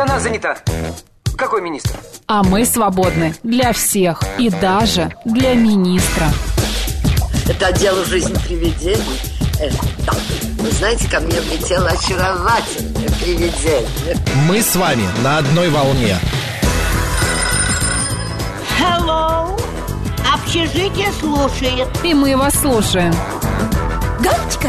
она занята. Какой министр? А мы свободны для всех и даже для министра. Это дело жизни привидений. Э, да. Вы знаете, ко мне влетело очаровательное привидение. Мы с вами на одной волне. Hello! Общежитие слушает. И мы вас слушаем. Галочка,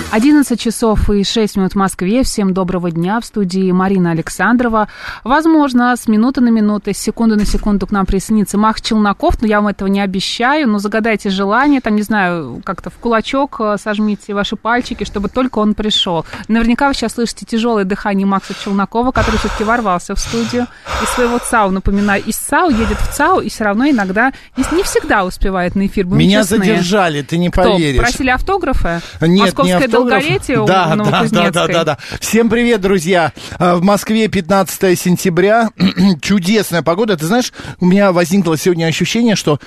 11 часов и 6 минут в Москве. Всем доброго дня. В студии Марина Александрова. Возможно, с минуты на минуту, с секунды на секунду к нам присоединится Мах Челноков, но я вам этого не обещаю. Но загадайте желание, там, не знаю, как-то в кулачок э, сожмите ваши пальчики, чтобы только он пришел. Наверняка вы сейчас слышите тяжелое дыхание Макса Челнокова, который все-таки ворвался в студию из своего ЦАУ. Напоминаю, из ЦАУ едет в ЦАУ и все равно иногда не всегда успевает на эфир. Будем Меня честны. задержали, ты не Ну, Кто? поверишь. Просили автографы? Нет, не Московское автограф. долголетие да, у да, да, Новокузнецкой. да, да, да. Всем привет, друзья. А, В Москве 15 сентября. Чудесная погода. Ты знаешь, у меня возникло сегодня ощущение, что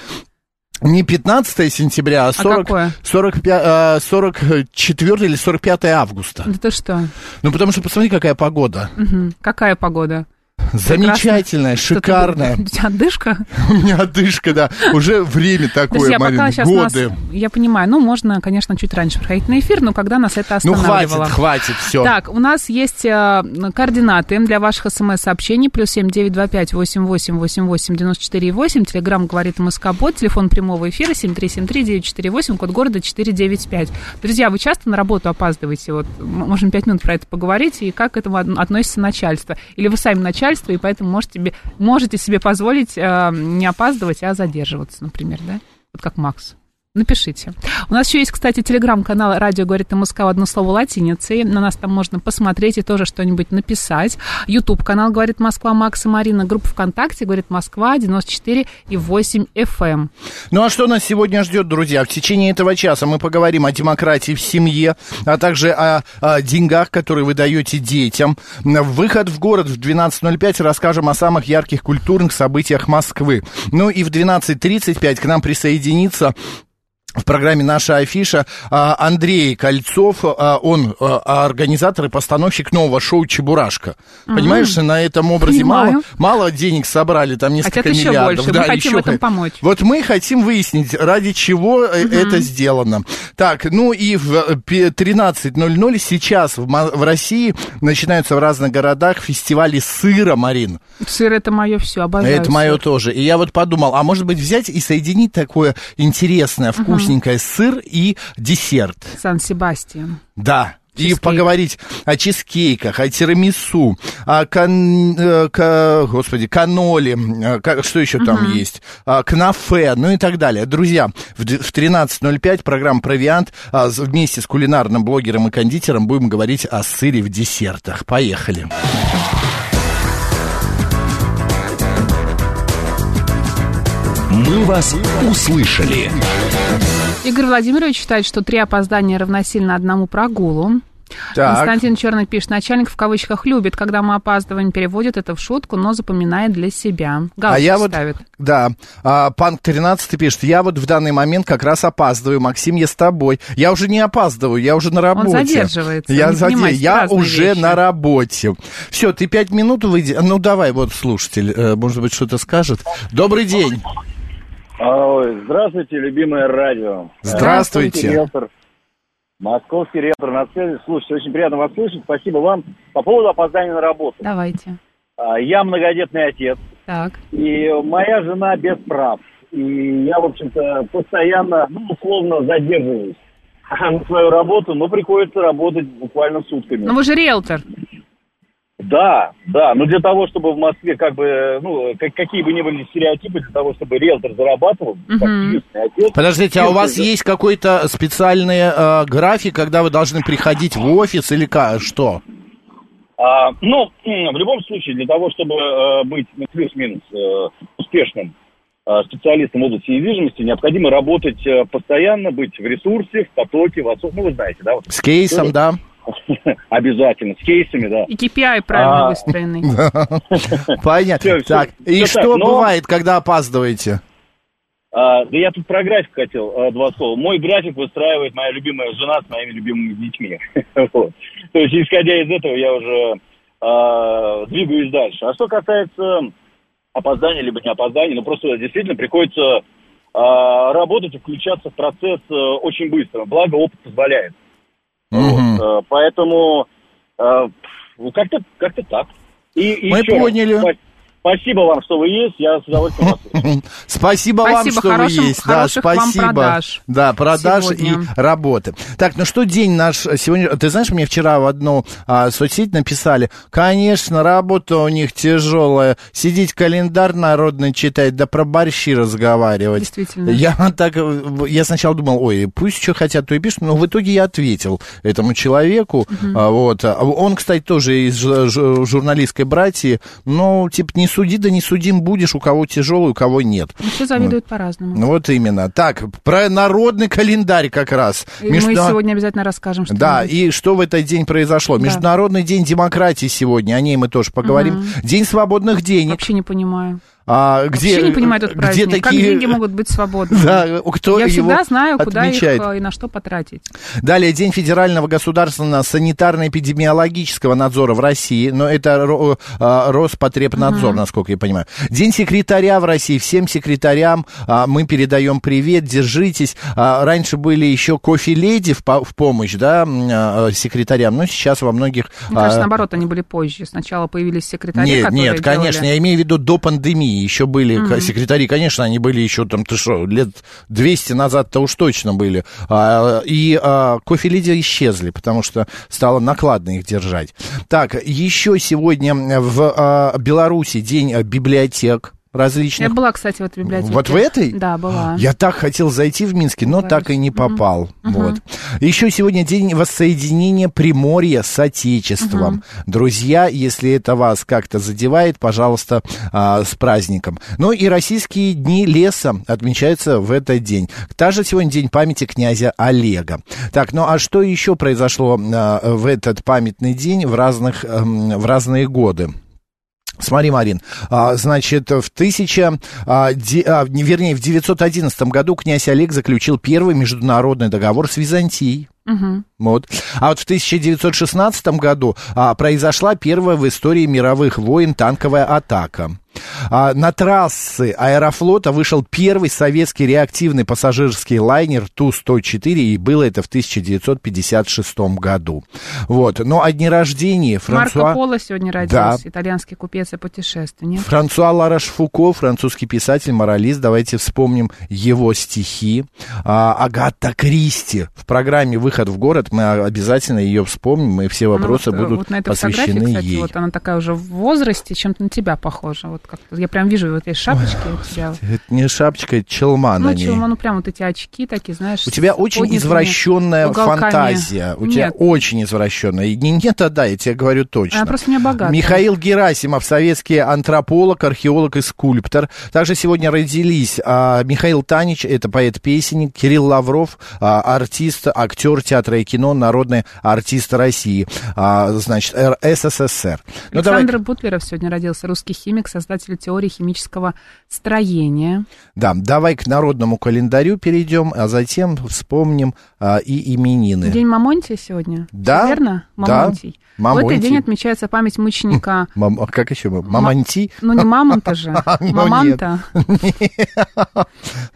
не 15 сентября, а 40, какое? 45, а, 44 или 45 августа. Да ты что? Ну, потому что посмотри, какая погода. Мгм. Какая погода? Замечательная, Что ты шикарная. думаешь, У тебя отдышка? У меня одышка, да. Уже время такое, Друзья, а пока Марин, сейчас нас... годы. Я понимаю, ну, можно, конечно, чуть раньше приходить на эфир, но когда нас это Ну, останавливало. хватит, хватит, все. Так, у нас есть э, координаты для ваших смс-сообщений. Плюс семь девять два пять восемь восемь восемь восемь девяносто четыре восемь. Телеграмм говорит Москобот. Телефон прямого эфира семь три семь три девять четыре восемь. Код города четыре девять пять. Друзья, вы часто на работу опаздываете? Вот м- можем пять минут про это поговорить и как к этому од- относится начальство? Или вы сами начальство и поэтому можете себе можете себе позволить э, не опаздывать, а задерживаться, например, да? Вот как Макс. Напишите. У нас еще есть, кстати, телеграм-канал «Радио говорит и Москва» одно слово латиницей. На нас там можно посмотреть и тоже что-нибудь написать. Ютуб-канал «Говорит Москва» Макс и Марина. Группа ВКонтакте «Говорит Москва» 94 и эм. 8 FM. Ну а что нас сегодня ждет, друзья? В течение этого часа мы поговорим о демократии в семье, а также о, о деньгах, которые вы даете детям. Выход в город в 12.05 расскажем о самых ярких культурных событиях Москвы. Ну и в 12.35 к нам присоединится в программе «Наша афиша» а, Андрей Кольцов, а, он а, организатор и постановщик нового шоу «Чебурашка». Понимаешь, на этом образе мало, Понимаю. мало денег собрали, там несколько Хотят еще миллиардов. больше, мы хотим в этом хо- помочь. Вот мы хотим выяснить, ради чего э, это сделано. Так, ну и в э, пе- 13.00 сейчас в, Мо- в России начинаются в разных городах фестивали сыра, Марин. Сыр – это мое все, обожаю. Это мое сыр. тоже. И я вот подумал, а может быть взять и соединить такое интересное, вкусненькое сыр и десерт. Сан-Себастьян. Да. И Чизкейк. поговорить о чизкейках, о тирамису, о кан- э, ка- господи, каноле, э, ка- что еще там есть, а, кнафе, ну и так далее. Друзья, в д- в 13.05 программа «Провиант» а, с- вместе с кулинарным блогером и кондитером будем говорить о сыре в десертах. Поехали. «Мы вас услышали». Игорь Владимирович считает, что три опоздания равносильно одному прогулу. Так, Константин Черный пишет, начальник в кавычках любит, когда мы опаздываем, переводит это в шутку, но запоминает для себя. а я Галочку вот, ставит. да, а, Панк 13 пишет, я вот в данный момент как раз опаздываю, Максим, я с тобой. Я уже не опаздываю, я уже на работе. задерживается, Я, не заде- понимаете, я разные уже вещи. на работе. Все, ты пять минут выйди. Ну, давай, вот слушатель, э, может быть, что-то скажет. Добрый день. Ой, здравствуйте, любимое радио. Здравствуйте. Московский риэлтор. Московский риэлтор на связи. Слушайте, очень приятно вас слышать. Спасибо вам. По поводу опоздания на работу. Давайте. А, Я многодетный отец, Так. и моя жена без прав. И я, в общем-то, постоянно, ну, условно задерживаюсь на свою работу, но приходится работать буквально сутками. Ну вы же риэлтор. Да, да, но для того, чтобы в Москве, как бы, ну, как- какие бы ни были стереотипы, для того, чтобы риэлтор зарабатывал, как Мгм. единственный отец, Подождите, а у вас Риэлтор- есть какой-то специальный э, график, когда вы должны приходить в офис или ка- что? А, ну, м, в любом случае, для того, чтобы э, быть ну, плюс-минус э, успешным э, специалистом в области недвижимости, необходимо работать э, постоянно, быть в ресурсе, в потоке, в отсутствии, ну, вы знаете, да, вот. С кейсом, да? Обязательно, с кейсами, да. И KPI правильно А. выстроенный. Понятно. Всё, всё, Так, и всё что так, но- бывает, когда опаздываете? А, да я тут про график хотел а, два слова. Мой график выстраивает моя любимая жена с моими любимыми детьми. Вот. То есть, исходя из этого, я уже а, двигаюсь дальше. А что касается опоздания либо не опоздания, ну просто действительно приходится а, работать и включаться в процесс а, очень быстро. Благо, опыт позволяет. Мгм. Вот, э, Поэтому э, ну, как-то как-то так. И, и Мы еще раз, поняли. спа- Спасибо вам, что вы есть. Я с удовольствием вас слушаю. Спасибо, вам, Спасибо, что хорошим- вы есть. хороших вам продаж Да, продаж сегодня. и работы. Так, ну что день наш сегодня... Ты знаешь, мне вчера в одну а, соцсеть написали, конечно, работа у них тяжелая. Сидеть календарь народный читать, да про борщи разговаривать. Действительно. Я так... э, Я сначала думал, ой, пусть что хотят, то и пишут, но в итоге я ответил этому человеку. а, Вот. А Он, кстати, тоже из жу- жу- журналистской братьи. Ну, типа, не суди, да не судим будешь, у кого тяжелый, у кого нет. Ну, Все завидуют по-разному. Ну, Вот именно. Так, про народный календарь как раз. И мы Междуна- сегодня обязательно расскажем, что Да, и что в этот день произошло? Да. Международный день демократии сегодня, о ней мы тоже поговорим. День свободных денег. вообще не понимаю. А, где, Вообще не понимаю этот праздник. Где Как такие... деньги могут быть свободны? Да, у- кто Я его всегда знаю, куда отмечает. их э, и на что потратить. Далее, День федерального государственного санитарно-эпидемиологического надзора в России. Но это Ро- э, Роспотребнадзор, насколько я понимаю. День секретаря в России. Всем секретарям а, мы передаем привет, держитесь. А, Раньше были еще кофе-леди в, по- в помощь да, м, а, секретарям, но сейчас во многих... Мне кажется, а, наоборот, они были позже. Сначала появились секретари, нет, которые нет, конечно, делали. я имею в виду до пандемии еще были к- секретари, конечно, они были еще там, ты что, лет 200 назад-то уж точно были. А, и а, кофе-лидеры исчезли, потому что стало накладно их держать. Так, еще сегодня в а, Беларуси день а, библиотек Я различных. была, кстати, в этой библиотеке. Вот в этой? Да, была. Я так хотел зайти в Минске, но так и не попал. Вот. Еще сегодня день воссоединения Приморья с Отечеством. Друзья, если это вас как-то задевает, пожалуйста, а, с праздником. Ну и российские дни леса отмечаются в этот день. Также сегодня день памяти князя Олега. Так, ну а что еще произошло а, в этот памятный день в, разных, эм, в разные годы? Смотри, Марин, а, значит, в 1000, а, де- а, не, вернее, в 911 году князь Олег заключил первый международный договор с Византией. Вот. А вот в 1916 году а, произошла первая в истории мировых войн танковая атака. А, на трассы аэрофлота вышел первый советский реактивный пассажирский лайнер Ту-104, и было это в 1956 году. Вот. Но о дне рождения Франсуа... Марко Поло сегодня родился, итальянский купец и путешественник. Франсуа Лараш Фуко, французский писатель, моралист. Давайте вспомним его стихи. А, Агата Кристи. В программе «Выход в город» мы обязательно ее вспомним, и все вопросы Она вот, э, будут вот на этой посвящены фотографии, кстати, ей. вот она такая уже в возрасте, чем-то на тебя похожа. Вот как я прям вижу вот эти шапочки у тебя. Это не шапочка, это челма Ну, на ней. чего, ну прям вот эти очки такие, знаешь. У тебя с очень поднятыми извращенная уголками. фантазия. У тебя Нет. очень извращенная. И не нет, а да, я тебе говорю точно. Она просто не богата. Михаил Герасимов, советский антрополог, археолог и скульптор. Также сегодня родились а, Михаил Танич, это поэт-песенник, Кирилл Лавров, а, артист, актер театра и кино, народный артист России, а, значит, Р- СССР. Ну, давай- Александр Бутлеров сегодня родился, русский химик, создатель теории химического строения. да, давай к народному календарю перейдем, а затем вспомним а, и именины. День Мамонтия сегодня. Да, Всё Верно? да, Мамонтий. В Мамонтий. этот день отмечается память мученика. Мам- а как еще? Маманти? Ну, не мамонта же, Ну, нет. мамонта.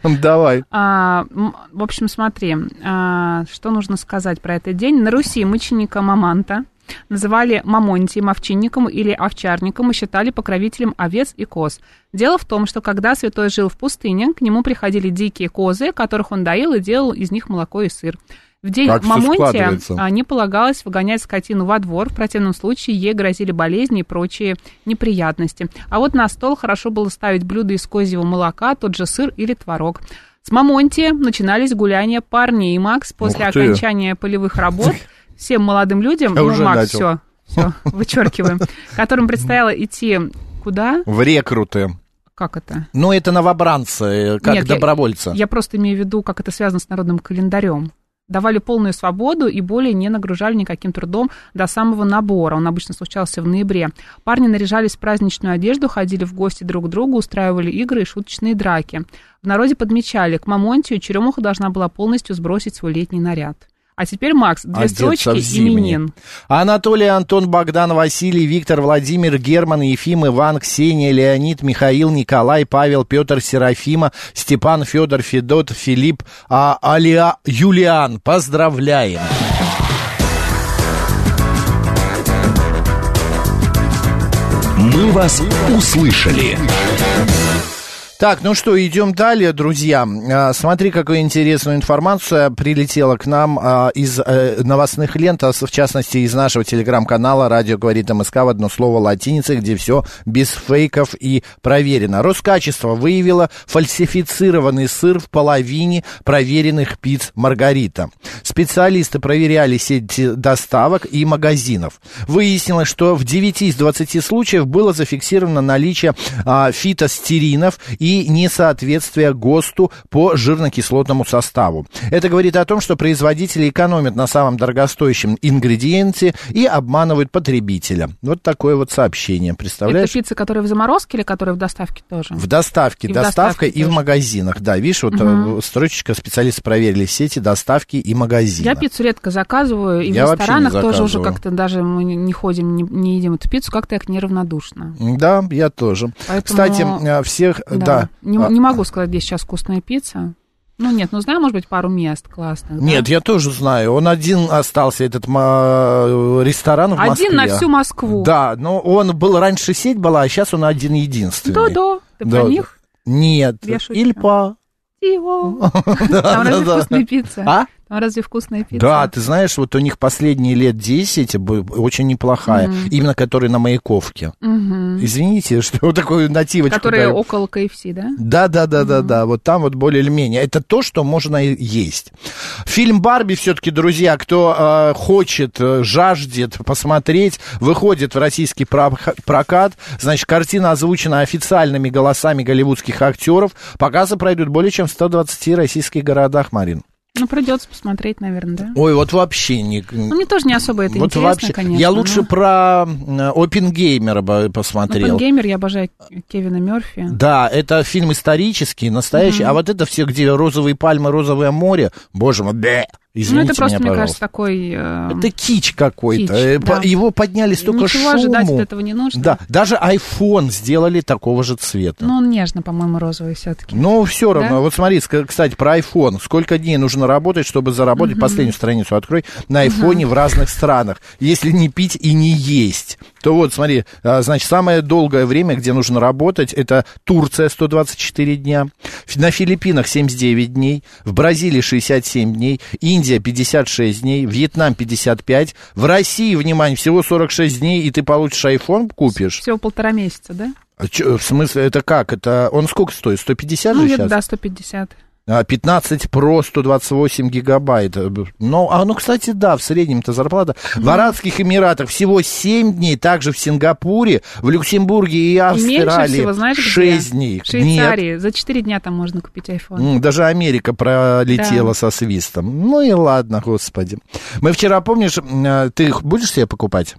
Давай. А, м, в общем, смотри, а, что нужно сказать про этот день. На Руси мученика Маманта называли Мамонтием, овчинником или овчарником и считали покровителем овец и коз. Дело в том, что когда святой жил в пустыне, к нему приходили дикие козы, которых он доил и делал из них молоко и сыр. В день Как всё Мамонтия складывается. а, не полагалось выгонять скотину во двор, в противном случае ей грозили болезни и прочие неприятности. А вот на стол хорошо было ставить блюда из козьего молока, тот же сыр или творог. С Мамонтия начинались гуляния парней, и Макс после Ух ты. окончания полевых работ всем молодым людям, Я ну, уже Макс, начал. все, все, вычеркиваем, которым предстояло идти куда? В рекруты. Как это? Ну, это новобранцы, э, как Нет, я- добровольцы. Я просто имею в виду, как это связано с народным календарем. давали полную свободу и более не нагружали никаким трудом до самого набора. Он обычно случался в ноябре. Парни наряжались в праздничную одежду, ходили в гости друг к другу, устраивали игры и шуточные драки. В народе подмечали, к Мамонтию Черемуха должна была полностью сбросить свой летний наряд. А теперь, Макс, две Одеться строчки в зимнее. именин. Анатолий, Антон, Богдан, Василий, Виктор, Владимир, Герман, Ефим, Иван, Ксения, Леонид, Михаил, Николай, Павел, Петр, Серафима, Степан, Федор, Федот, Филипп, а, Алия, Юлиан. Поздравляем! «Мы вас услышали». Так, ну что, идем далее, друзья. А, Смотри, какая интересная информация прилетела к нам а, из э, новостных лент, а с- в частности, из нашего телеграм-канала «Радио говорит МСК» в одно слово латиницей, где все без фейков и проверено. Роскачество выявило фальсифицированный сыр в половине проверенных пиц «Маргарита». Специалисты проверяли сети доставок и магазинов. Выяснилось, что в 9 из 20 случаев было зафиксировано наличие а, фитостеринов и несоответствие ГОСТу по жирнокислотному составу. Это говорит о том, что производители экономят на самом дорогостоящем ингредиенте и обманывают потребителя. Вот такое вот сообщение, Это представляешь? пицца, которая в заморозке или которая в доставке тоже? В доставке, И в доставка доставке и в тоже. магазинах. Да, видишь, вот э, строчечка, специалисты проверили сети, доставки и магазины. Я пиццу редко заказываю, и Я в вообще не ресторанах тоже уже заказываю. как-то даже мы не- не ходим, не, не едим эту пиццу, как-то я к ней равнодушна. Да, я тоже. Поэтому- Кстати, э, всех, э, да. Не, А, не могу сказать, где сейчас вкусная пицца. Ну нет, ну знаю, может быть, пару мест классных. да? Нет, я тоже знаю. Он один остался, этот ма- э, ресторан ну, в Москве. Один на всю Москву. Да, но он был, раньше сеть была, а сейчас он один единственный. Да, да. Ты Да, про да. них? Нет, Я шучу. Ильпа. Его. Да, Там разве да, да. вкусная пицца? А? Там разве вкусная пицца? Да, ты знаешь, вот у них последние лет 10 бы- очень неплохая, именно которая на Маяковке. Извините, что вот такую нативочку. Которые даю. около KFC, да? Да, да, да, да, да. Вот там вот более или менее. Это то, что можно и есть. Фильм Барби все-таки, друзья, кто э, хочет, э, жаждет посмотреть, выходит в российский прок- прокат. Значит, картина озвучена официальными голосами голливудских актеров. Показы пройдут более чем в 120 российских городах, Марин. Ну, придется посмотреть, наверное, да? Ой, вот вообще не... Ну, мне тоже не особо это вот интересно, вообще. конечно. ну. я лучше про э, Опенгеймера бы посмотрел. геймер, я обожаю Кевина Мерфи. Да, это фильм исторический, настоящий. А вот это все, где розовые пальмы, розовое море, боже мой, бе, Ну, извините это просто, меня, мне кажется, пожалуйста. такой... э, это кич какой-то. Кич, Э, по- да. Его подняли столько Ничего шуму. ожидать от этого не нужно. Да, даже iPhone сделали такого же цвета. Ну, он нежно, по-моему, розовый все-таки. Но все Ну, равно, Да? вот смотри, ск- кстати, про iPhone. Сколько дней нужно работать, чтобы заработать? Последнюю страницу открой. На iPhone в разных странах. Если не пить и не есть, то вот, смотри, а, значит, самое долгое время, где нужно работать, это Турция 124 дня, Ф- на Филиппинах 79 дней, в Бразилии 67 дней, Индия 56 дней, Вьетнам 55, в России, внимание, всего 46 дней, и ты получишь iPhone, купишь. Всего полтора месяца, да? А чё, в смысле, это как? Это он сколько стоит? 150 Ну, же где-то сейчас? до 150. А, 15 Pro 128 гигабайт. Ну, а ну, кстати, да, в среднем-то зарплата. В Арабских Эмиратах всего 7 дней, также в Сингапуре, в Люксембурге и И меньше всего, Австралии знаешь, где? 6 дней. В Нет. Швейцарии. За 4 дня там можно купить iPhone. М, Даже Америка Да. пролетела со свистом. Ну и ладно, господи. Мы вчера, помнишь, м, э, ты их будешь себе покупать?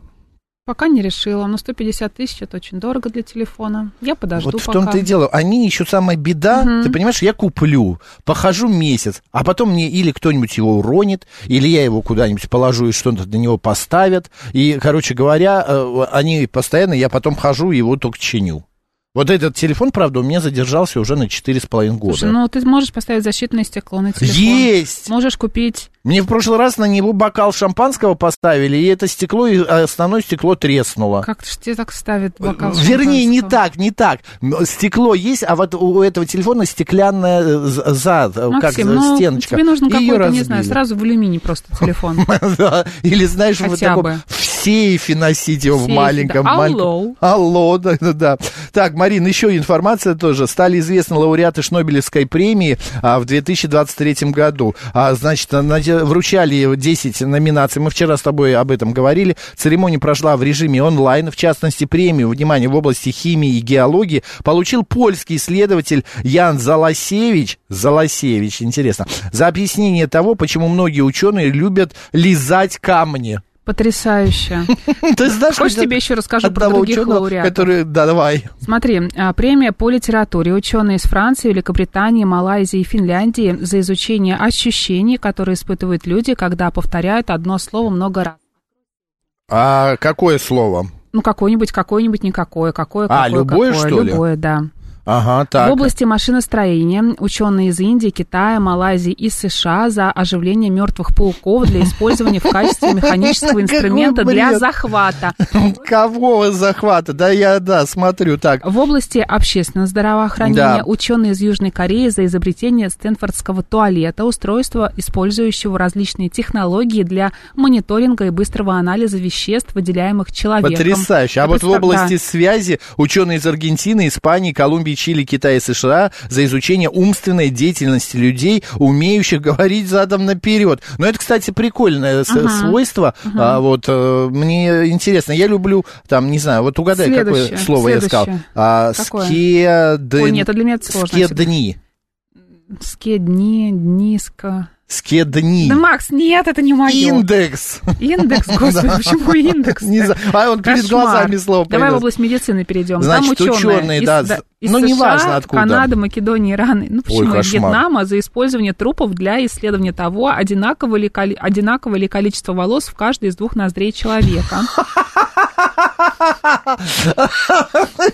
Пока не решила, но 150 тысяч это очень дорого для телефона. Я подожду вот в пока. том-то и дело. Они еще самая беда, ты понимаешь, я куплю, похожу месяц, а потом мне или кто-нибудь его уронит, или я его куда-нибудь положу и что-то на него поставят. И, короче говоря, э, они постоянно, я потом хожу и его только чиню. Вот этот телефон, правда, у меня задержался уже на 4,5 года. Слушай, ну ты можешь поставить защитное стекло на телефон. Есть! Можешь купить... Мне в прошлый раз на него бокал шампанского поставили, и это стекло, и основное стекло треснуло. Как же тебе так ставят бокал Вернее, не шампанского? так, не так. М, Стекло есть, а вот у этого телефона стеклянная э, з- зад, э, как Максим, за- ну, стеночка. тебе нужен Её какой-то, не знаю, разбили. сразу в алюминий просто телефон. Да, Или знаешь, вот Хотя таком бы. в сейфе носить его в Сейфе, маленьком. да. маленьком. Алло. Алло, да, да, да. Так, Марин, еще информация тоже. Стали известны лауреаты Шнобелевской премии а, в 2023 году. А, значит, а, наде- вручали 10 номинаций. Мы вчера с тобой об этом говорили. Церемония прошла в режиме онлайн. В частности, премию, внимание, в области химии и геологии получил польский исследователь Ян Заласевич. Заласевич, интересно. За объяснение того, почему многие ученые любят лизать камни. Потрясающе. Ты знаешь, Хочешь, хоть тебе еще расскажу про одного других ученого, лауреатов? который- Да, давай. Смотри, а, премия по литературе. Ученые из Франции, Великобритании, Малайзии и Финляндии за изучение ощущений, которые испытывают люди, когда повторяют одно слово много раз. А какое слово? Ну, какое-нибудь, какое-нибудь, никакое, какое, какое, А, любое, какое. что ли? Любое, да. Ага, так. В области машиностроения ученые из Индии, Китая, Малайзии и США за оживление мертвых пауков для использования в качестве механического Какой инструмента для бред. захвата. Кого вы захвата? Да я, да, смотрю так. В области общественного здравоохранения Да. ученые из Южной Кореи за изобретение стэнфордского туалета, устройства, использующего различные технологии для мониторинга и быстрого анализа веществ, выделяемых человеком. Потрясающе. А Ты вот в представ- области да. связи ученые из Аргентины, Испании, Колумбии, Чили, Китая и США за изучение умственной деятельности людей, умеющих говорить задом наперед. Но это, кстати, прикольное с- свойство. А, вот э, мне интересно. Я люблю, там, не знаю, вот угадай, какое Следующее, слово я сказал. следующее. А, Какое? скеден- Ой, нет, это для меня это сложно. Скедни. Ске, дни, низко. Скедни. Да, Макс, нет, это не мое. Индекс. Индекс, господи, почему индекс? Не знаю. А он перед Кошмар. глазами слово Давай в появилось. область медицины перейдем. Значит, Там ученые, ученые, из, да, из ну, США, неважно откуда. Канады, Македонии, Ирана, ну почему, и кошмар. Вьетнама за использование трупов для исследования того, одинаково ли, коли- одинаково ли количество волос в каждой из двух ноздрей человека.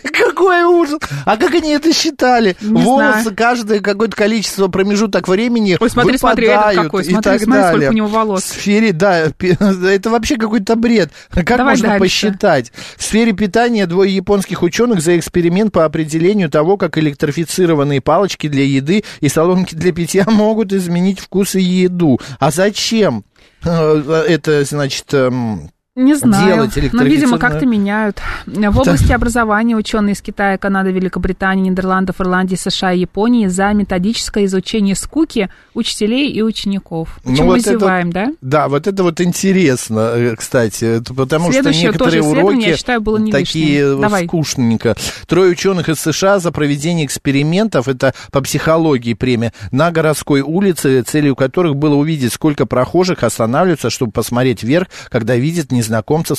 Какой ужас! А как они это считали? Не Волосы знаю. каждое какое-то количество промежуток времени Ой, смотри, смотри, этот выпадают какой, и смотри, так смотри, сколько далее. у него волос. В сфере, да, пи- это вообще какой-то бред. Как Давай можно дальше. посчитать? В сфере питания двое японских ученых за эксперимент по определению того, как электрифицированные палочки для еды и соломки для питья могут изменить вкус и еду. А зачем? Э, Это, значит... эм, Не знаю. Делать Но, видимо, электрифицированную- как-то меняют. В области образования ученые из Китая, Канады, Великобритании, Нидерландов, Ирландии, США и Японии за методическое изучение скуки учителей и учеников. Ну, Почему мы вот это вот- зеваем, да? Да, вот это вот интересно, э, кстати, это потому что Следующее тоже некоторые исследование, уроки я считаю, было не такие лишним. вот Давай. скучненько. Трое ученых из США за проведение экспериментов, это по психологии премия, на городской улице, целью которых было увидеть, сколько прохожих останавливаются, чтобы посмотреть вверх, когда видят незнакомцев,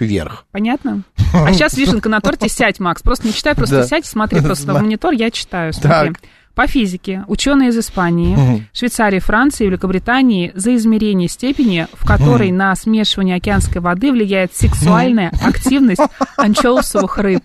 вверх. Понятно? А сейчас вишенка на торте. Сядь, Макс. Просто не читай, просто Да. сядь, смотри просто в Знаю. монитор, я читаю. Смотри. Так. По физике ученые из Испании, Швейцарии, Франции, Великобритании за измерение степени, в которой на смешивание океанской воды влияет сексуальная активность анчоусовых рыб.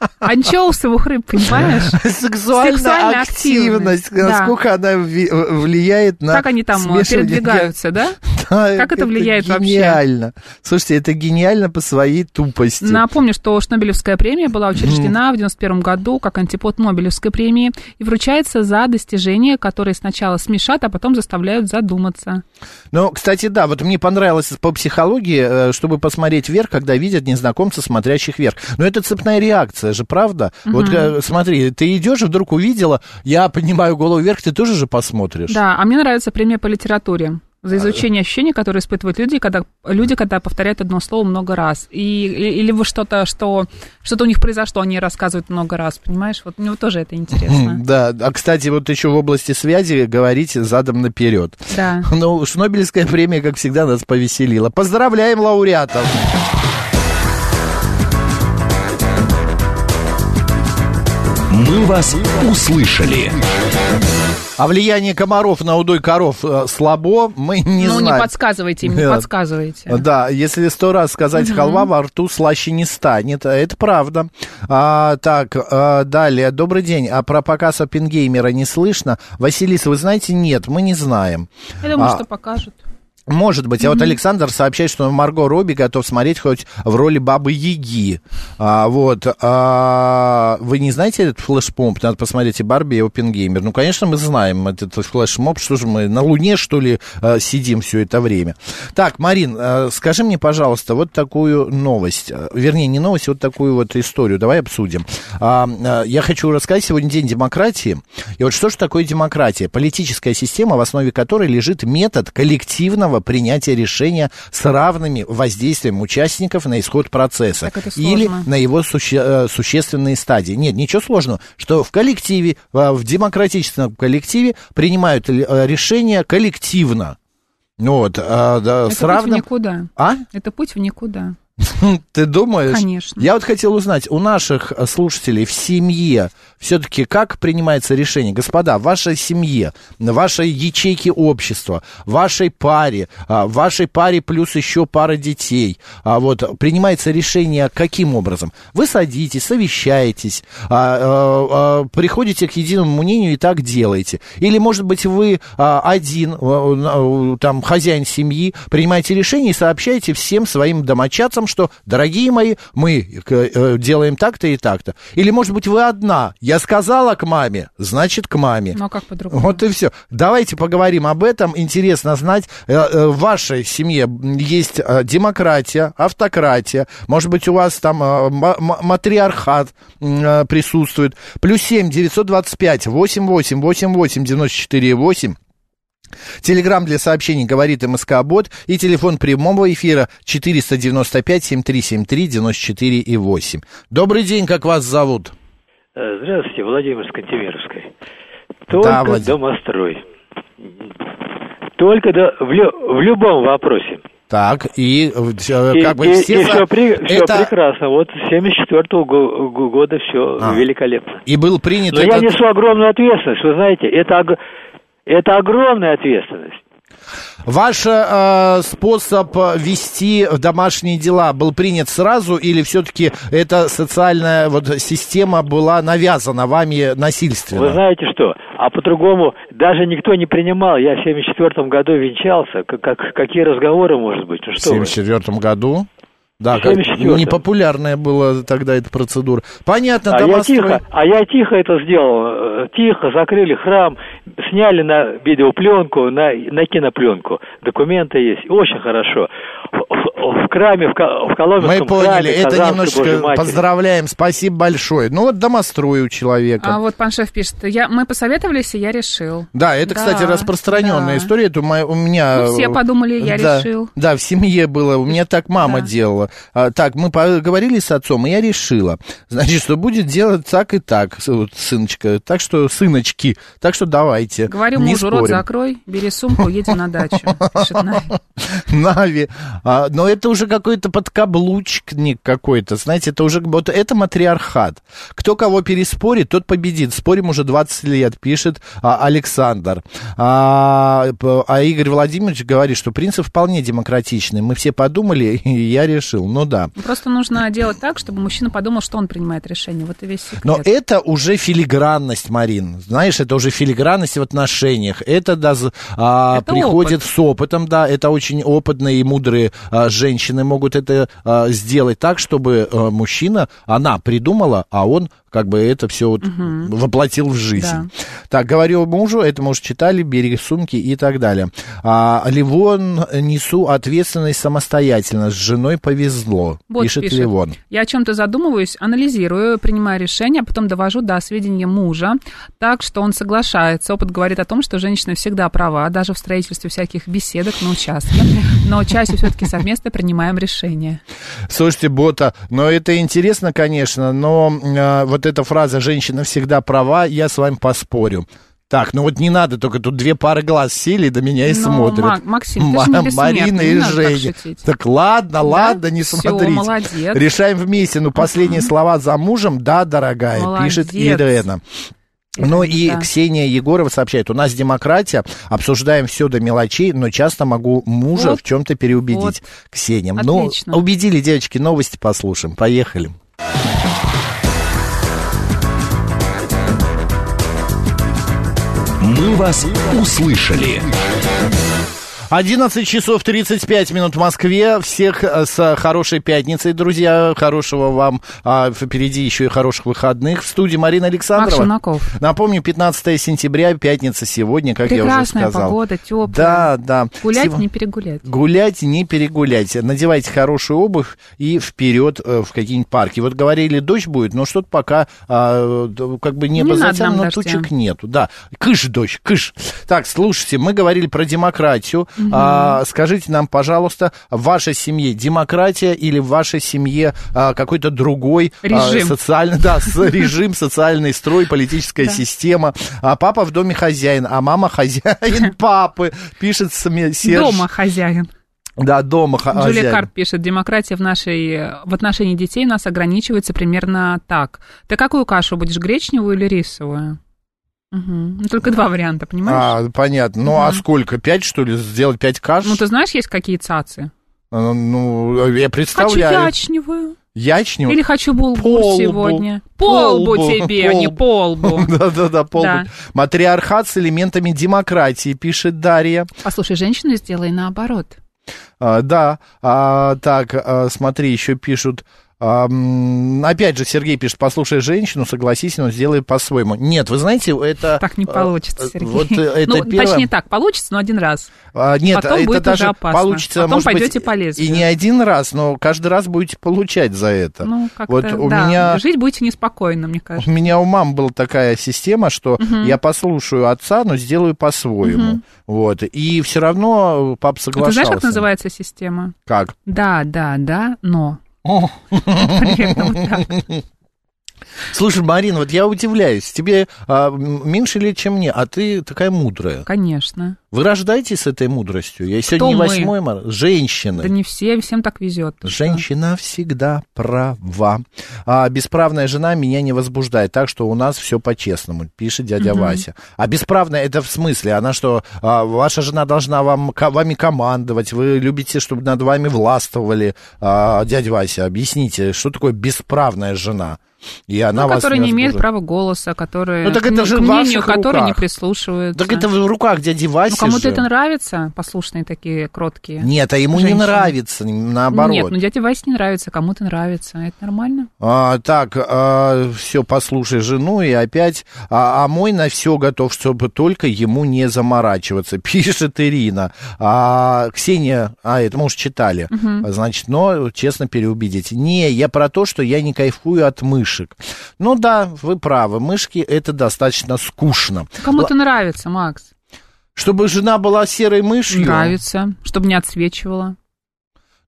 Анчоусовых рыб, понимаешь? Сексуальная, Сексуальная активность, э, активность, да. насколько она ви- э, влияет на... Как они там э, смешивание передвигаются, да? Да, Как это влияет вообще? Гениально. Слушайте, это гениально по своей тупости. Напомню, что Шнобелевская премия была Ну. учреждена в 91 году как антипод Нобелевской премии и вручается за достижения, которые сначала смешат, а потом заставляют задуматься. Ну, кстати, да, вот мне понравилось по психологии, э, чтобы посмотреть вверх, когда видят незнакомца, смотрящих вверх. Но это цепная реакция же, правда? Вот э, смотри, ты идешь, вдруг увидела, я поднимаю голову вверх, ты тоже же посмотришь. Да, а мне нравится премия по литературе за изучение ощущений, которые испытывают люди, когда люди, когда повторяют одно слово много раз, и или, или вы что-то, что что-то у них произошло, они рассказывают много раз, понимаешь? Вот мне вот тоже это М, интересно. Да, а кстати, вот еще в области связи говорите задом наперед. Да. Ну, Шнобелевская премия, как всегда, нас повеселила. Поздравляем лауреатов! «Мы вас услышали». А влияние комаров на удой коров э, слабо, мы не ну знаем. не подсказывайте, им не Нет. А, подсказывайте. Да, если сто раз сказать халва, во рту слаще не станет. А Это правда. А, так, а, далее. Добрый день. А про показ Оппенгеймера не слышно? Василиса, вы знаете? Нет, мы не знаем. Я думаю, А. что покажут. Может быть. А вот Александр сообщает, что Марго Робби готов смотреть хоть в роли Бабы Яги. А, вот. А, вы не знаете этот флешмоб? Надо посмотреть и Барби, и Опенгеймер. Ну, конечно, мы знаем этот флешмоб. Что же мы, на Луне, что ли, э, сидим все это время? Так, Марин, э, скажи мне, пожалуйста, вот такую новость. Э, Вернее, не новость, вот такую вот историю. Давай обсудим. А, э, я хочу рассказать. Сегодня день демократии. И вот что же такое демократия? Политическая система, в основе которой лежит метод коллективного принятия решения с равными воздействием участников на исход процесса Так это сложно. или на его суще- э, существенные стадии. Нет, ничего сложного, что в коллективе, э, в демократическом коллективе принимают э, решения коллективно. Ну Вот, а, Это да, с путь в равным... никуда. А? Это путь в никуда. Ты думаешь? Конечно. Я вот хотел узнать, у наших э, слушателей в семье все-таки как принимается решение? Господа, в вашей семье, на вашей ячейке общества, вашей паре, а, в вашей паре плюс еще пара детей, а вот принимается решение каким образом? Вы садитесь, совещаетесь, а, э, э, приходите к единому мнению и так делаете. Или, может быть, вы а, один, э, э, там, хозяин семьи, принимаете решение и сообщаете всем своим домочадцам, что, дорогие мои, мы к- э, делаем так-то и так-то. Или, может быть, вы одна. Я сказала к маме, значит, к маме. Ну а как по-другому? Вот и все. Давайте поговорим об этом. Интересно знать, э, э, в вашей семье есть э, демократия, автократия. Может быть, у вас там э, м- м- матриархат м, э, присутствует. Плюс семь девятьсот двадцать пять восемь восемь восемь восемь девяносто четыре восемь. Телеграмм для сообщений «Говорит МСК Бот» и телефон прямого эфира 495-7373-94-8. Добрый день, как вас зовут? Э, Здравствуйте, Владимир с Кантемировской. Только Да, Владимир. домострой. Только до- в, лю- в любом вопросе. Так, и, э, И- как бы и- все... и со- всё при- всё это- прекрасно. Вот с 74 года все А. великолепно. И был принят Но я этот... несу огромную ответственность, вы знаете, это, ог- это огромная ответственность. Ваш э, способ э, вести домашние дела был принят сразу или все-таки эта социальная вот система была навязана вами Вы насильственно? знаете что? А по-другому даже никто не принимал. Я в 74 году венчался. Как, как- какие разговоры, может быть? Ну, В что вы? 1974 году? Да, В как- 74-м. непопулярная была тогда эта процедура. Понятно, А я, домострой. тихо, а я тихо это сделал. Э, Тихо закрыли храм, сняли на видеопленку, на, на кинопленку. Документы есть. Очень хорошо. В, в храме, в, Ко- в Коломенском Мы поняли, храме это Казанской Божьей немножечко Матери. поздравляем, спасибо большое. Ну вот домострой у человека. А вот пан шеф пишет, я, мы посоветовались, и я решил. Да, это, Да, кстати, распространенная да. история. Это у моя- у меня... э, Ну, все подумали, я Да, решил. Да, в семье было. У меня так мама Да. делала. А, так, мы поговорили с отцом, и я решила. Значит, что будет делать так и так, с- вот, сыночка. Так что, сыночки, так что давайте. Говорю не мужу, рот спорим. закрой, бери сумку, едем на дачу. Пишет Надя. Нави. А, но это уже какой-то подкаблучник какой-то. Знаете, это уже вот это матриархат. Кто кого переспорит, тот победит. Спорим уже 20 лет, пишет а, Александр. А, п- а Игорь Владимирович говорит, что принцип вполне демократичный. Мы все подумали, и я решил. Ну да. Просто нужно делать так, чтобы мужчина подумал, что он принимает решение. Вот и весь секрет. Но это уже филигранность, Марин. Знаешь, это уже филигранность в отношениях. Это, да, з- а, Это приходит опыт. с опытом, да. Это очень опытные и мудрые а, женщины могут это а, сделать так, чтобы а, мужчина, она придумала, а он как бы это все вот воплотил в жизнь. Да. Так, говорю мужу, это мы уже читали, бери сумки и так далее. А, Ливон, несу ответственность самостоятельно, с женой повезло, Вот пишет, Ливон. Я о чем-то задумываюсь, анализирую, принимаю решение, а потом довожу до сведения мужа, так что он соглашается. Опыт говорит о том, что женщина всегда права, даже в строительстве всяких беседок на участке. Но чаще все-таки совместно принимаем решение. Слушайте, Бота, но это интересно, конечно, но э, вот эта фраза «женщина всегда права», я с вами поспорю. Так, ну вот не надо, только тут две пары глаз сели до меня и Но, смотрят. Мак- Ну, Максим, ты же не Ма- бессмертный, Марина не и надо так Женя. шутить. Так ладно, ладно, не Всё, смотрите. молодец. Решаем вместе. Ну, последние слова за мужем, да, дорогая, пишет Молодец. Ирена. Ну и да. Ксения Егорова сообщает, у нас демократия, обсуждаем все до мелочей, но часто могу мужа Вот. в чем-то переубедить. Вот. Ксения, Отлично. ну убедили, девочки, новости послушаем, поехали. «Мы вас услышали». 11 часов 35 минут в Москве. Всех э, с хорошей пятницей, друзья. Хорошего вам а, впереди еще и хороших выходных. В студии Марина Александрова. Макс Шунаков. Напомню, 15 сентября, пятница сегодня, как я уже Прекрасная сказал. погода, теплая. Да, да. Гулять, Сего- не перегулять. Гулять, не перегуляйте. Надевайте хорошую обувь и вперед э, в какие-нибудь парки. Вот говорили, дождь будет, но что-то пока а, д- как бы небо Не надо затянуто, нам дождя. тучек нету. Да, кыш, дождь, кыш. Так, слушайте, мы говорили про демократию. А, скажите нам, пожалуйста, в вашей семье демократия или в вашей семье а, какой-то другой а, Режим. социальный, да, с- режим, социальный строй, политическая система. А папа в доме хозяин, а мама хозяин папы, пишет Сме- Серж. Дома хозяин. Да, дома ха- Джулия хозяин. Карп пишет, демократия в, нашей, в отношении детей нас ограничивается примерно так. Ты какую кашу будешь, гречневую или рисовую? Мгм. Ну, Только два варианта, понимаешь? А, понятно. Ну, а сколько? Пять, что ли? Сделать пять каш? Ну, ты знаешь, есть какие цацы? А, ну, я Хочу представляю. ячневую. Ячню? Или хочу булгур Полбу. сегодня. Полбу, Полбу. тебе, а не полбу. Да-да-да, полбу. Да. Матриархат с элементами демократии, пишет Дарья. Послушай, женщину сделай наоборот. А, да, А, так, а, смотри, еще пишут. а, м, опять же, Сергей пишет, послушай женщину, согласись, но сделай по-своему. Нет, вы знаете, это... Так не а, получится, э, Сергей. Вот э, это ну, первое. точнее так, получится, но один раз. А, Нет, Потом это будет уже даже опасно. получится, Потом может быть, пойдете по лезвию. И не один раз, но каждый раз будете получать за это. Ну, как-то, вот у да. меня Жить будете неспокойно, мне кажется. у меня у мам была такая система, что я послушаю отца, но сделаю по-своему. Вот. И все равно э, папа Ты соглашался. знаешь, как называется система? Как? Да, да, да, но. О. Примерно вот так. Слушай, Марин, вот я удивляюсь, тебе а, м, меньше лет, чем мне, а ты такая мудрая. Конечно. Вы рождаетесь с этой мудростью? Я сегодня мы? не восьмой март. Женщины. Да не все, всем так везет. Женщина всегда права. А бесправная жена меня не возбуждает, так что у нас все по-честному, пишет дядя Вася. А бесправная это в смысле, она что, а, ваша жена должна вам, ко- вами командовать, вы любите, чтобы над вами властвовали. А, дядя Вася, объясните, что такое бесправная жена? И она Ну, вас которые не имеют возбуждает. права голоса, которые Ну, так к это м- же к в мнению, ваших которые не руках. прислушиваются. Так это в руках дяди Васи. ну, кому-то же. это нравится, послушные такие, кроткие. Нет, а ему не Женщины. нравится, наоборот. Нет, ну дядя Вася не нравится, кому-то нравится. Это нормально? А, так, все, послушай жену и опять. А, а мой на все готов, чтобы только ему не заморачиваться, пишет Ирина. А, Ксения, а это мы уже читали. Значит, но честно переубедить. Не, я про то, что я не кайфую от мышек. Ну да, вы правы, мышки это достаточно скучно. Кому-то нравится, Макс. Чтобы жена была серой мышью. Нравится, чтобы не отсвечивала.